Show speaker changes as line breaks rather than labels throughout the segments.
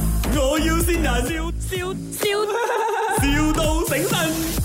要先人，笑笑笑，,笑到醒神。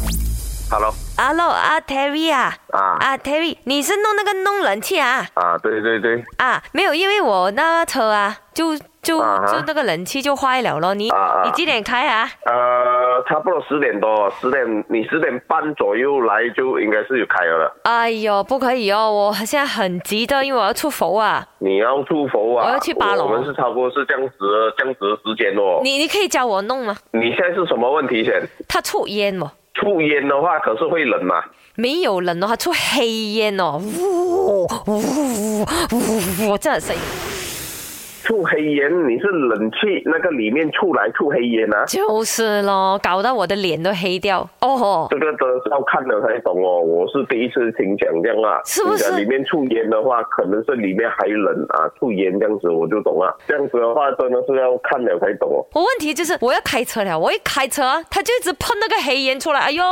Hello，
Hello，阿 Terry 啊，
啊
啊 Terry，你是弄那个弄冷气啊？
啊，对对对，
啊，没有，因为我那车啊，就就
啊哈
就那个冷气就坏了咯。你
啊啊
你几点开啊？
呃，差不多十点多，十点你十点半左右来就应该是有开了了。
哎呦，不可以哦，我现在很急的，因为我要出佛啊。
你要出佛啊？
我要去八楼
我们是超过是这样子这样子的时间哦。
你你可以教我弄吗？
你现在是什么问题先？
它出烟哦，
出烟的话可是会冷嘛？
没有人哦，它出黑烟哦，呜呜呜呜呜，我真的死。
出黑烟，你是冷气那个里面出来出黑烟啊？
就是咯，搞到我的脸都黑掉。哦吼，
这个真的是要看了才懂哦，我是第一次听讲这样啦。
是不是
你讲里面出烟的话，可能是里面还冷啊，出烟这样子我就懂了。这样子的话，真的是要看了才懂哦。
我问题就是我要开车了，我一开车啊，它就一直喷那个黑烟出来。哎呦，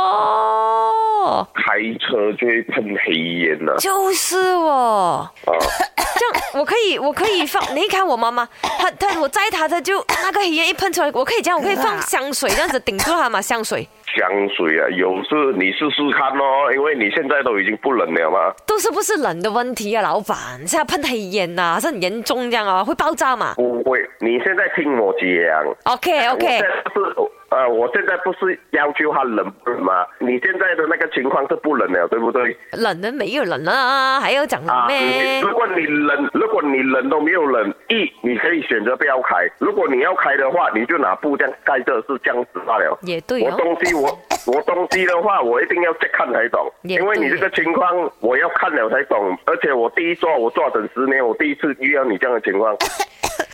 开车就会喷黑烟呐、
就是哦。
啊！
这样我可以，我可以放。你看我妈妈，她她我摘她，她就那个黑烟一喷出来，我可以这样，我可以放香水这样子顶住她嘛，香水
香水啊，有事你试试看哦，因为你现在都已经不冷了嘛。
都是不是人的问题啊，老板，现在喷黑烟呐、是很严重这样啊，会爆炸嘛
不会，你现在听我讲。
？OK
我现
OK，
在不是呃，我现在不是要求他冷不冷吗？你现在的那个情况是不冷了，对不对？
冷的没有冷啊，还要讲冷
啊，
咩
你？如果你冷，如果你冷都没有冷，一你可以选择不要开；如果你要开的话，你就拿布这样盖着，是这样子罢了。
也对
我
哦
东 西我我东西的话，我一定要再看才懂，
也
因为你这个情况我要看了才懂，而且我第一做我做整十年，我第一次遇到你这样的情况。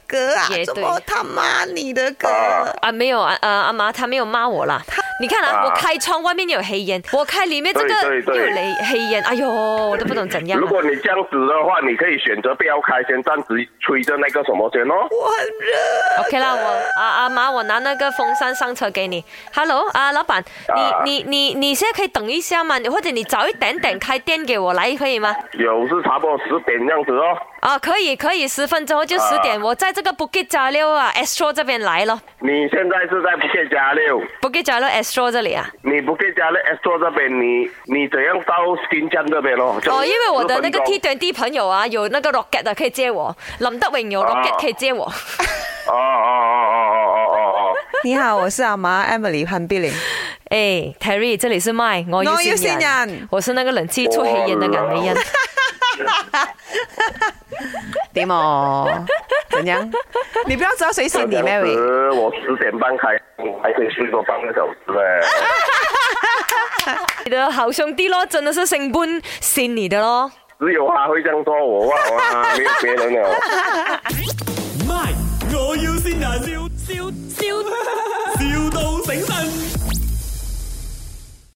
哥啊
也，
怎
对
么他骂你的哥？
啊
啊，没有啊，呃，阿妈她没有骂我啦。你看啊，
啊
我开窗外面有黑烟，我开里面这
对对
个
对
又有雷黑烟，哎呦，我都不懂怎样、
如
啊。
果你这样子的话，你可以选择不要开，先暂时吹着那个什么先哦。
我很热，
OK 啦，我啊阿妈，我拿那个风扇上车给你。Hello，啊老板，
啊
你你你你现在可以等一下吗？你或者你早一点点开店给我来可以吗？
有是差不多十点这样子哦。
啊，可以可以，十分钟后就
啊
十点，我在这个 Bukit Jalil 啊 Astro 这边来了
你现在是在不给加六。
，Bukit Jalil Astro 这里啊。
你不可以加了 S 座这边，你你怎样到 Skin 江这边咯？
哦，因为我的那个
10
T
分钟
短 D 朋友啊，有那个 Rocket 的可以借我，林德荣有
啊
Rocket 可以借我。
哦哦哦哦哦 哦哦，
你好，我是阿妈 Emily 潘碧 玲。
哎，Terry，这里是麦，我要
我要
新
新
人
人，
我是那个冷气出黑烟的眼美人。
点哦？怎样？ 你不要知道谁是你
这样
Mary。
子我十点半开，还可以睡多半个小时嘞。
你的好兄弟咯，真的是成本信你的咯。
只有他会这样说我，哇哇，没有别人了。
卖，我要先人，笑笑笑，,笑到醒神。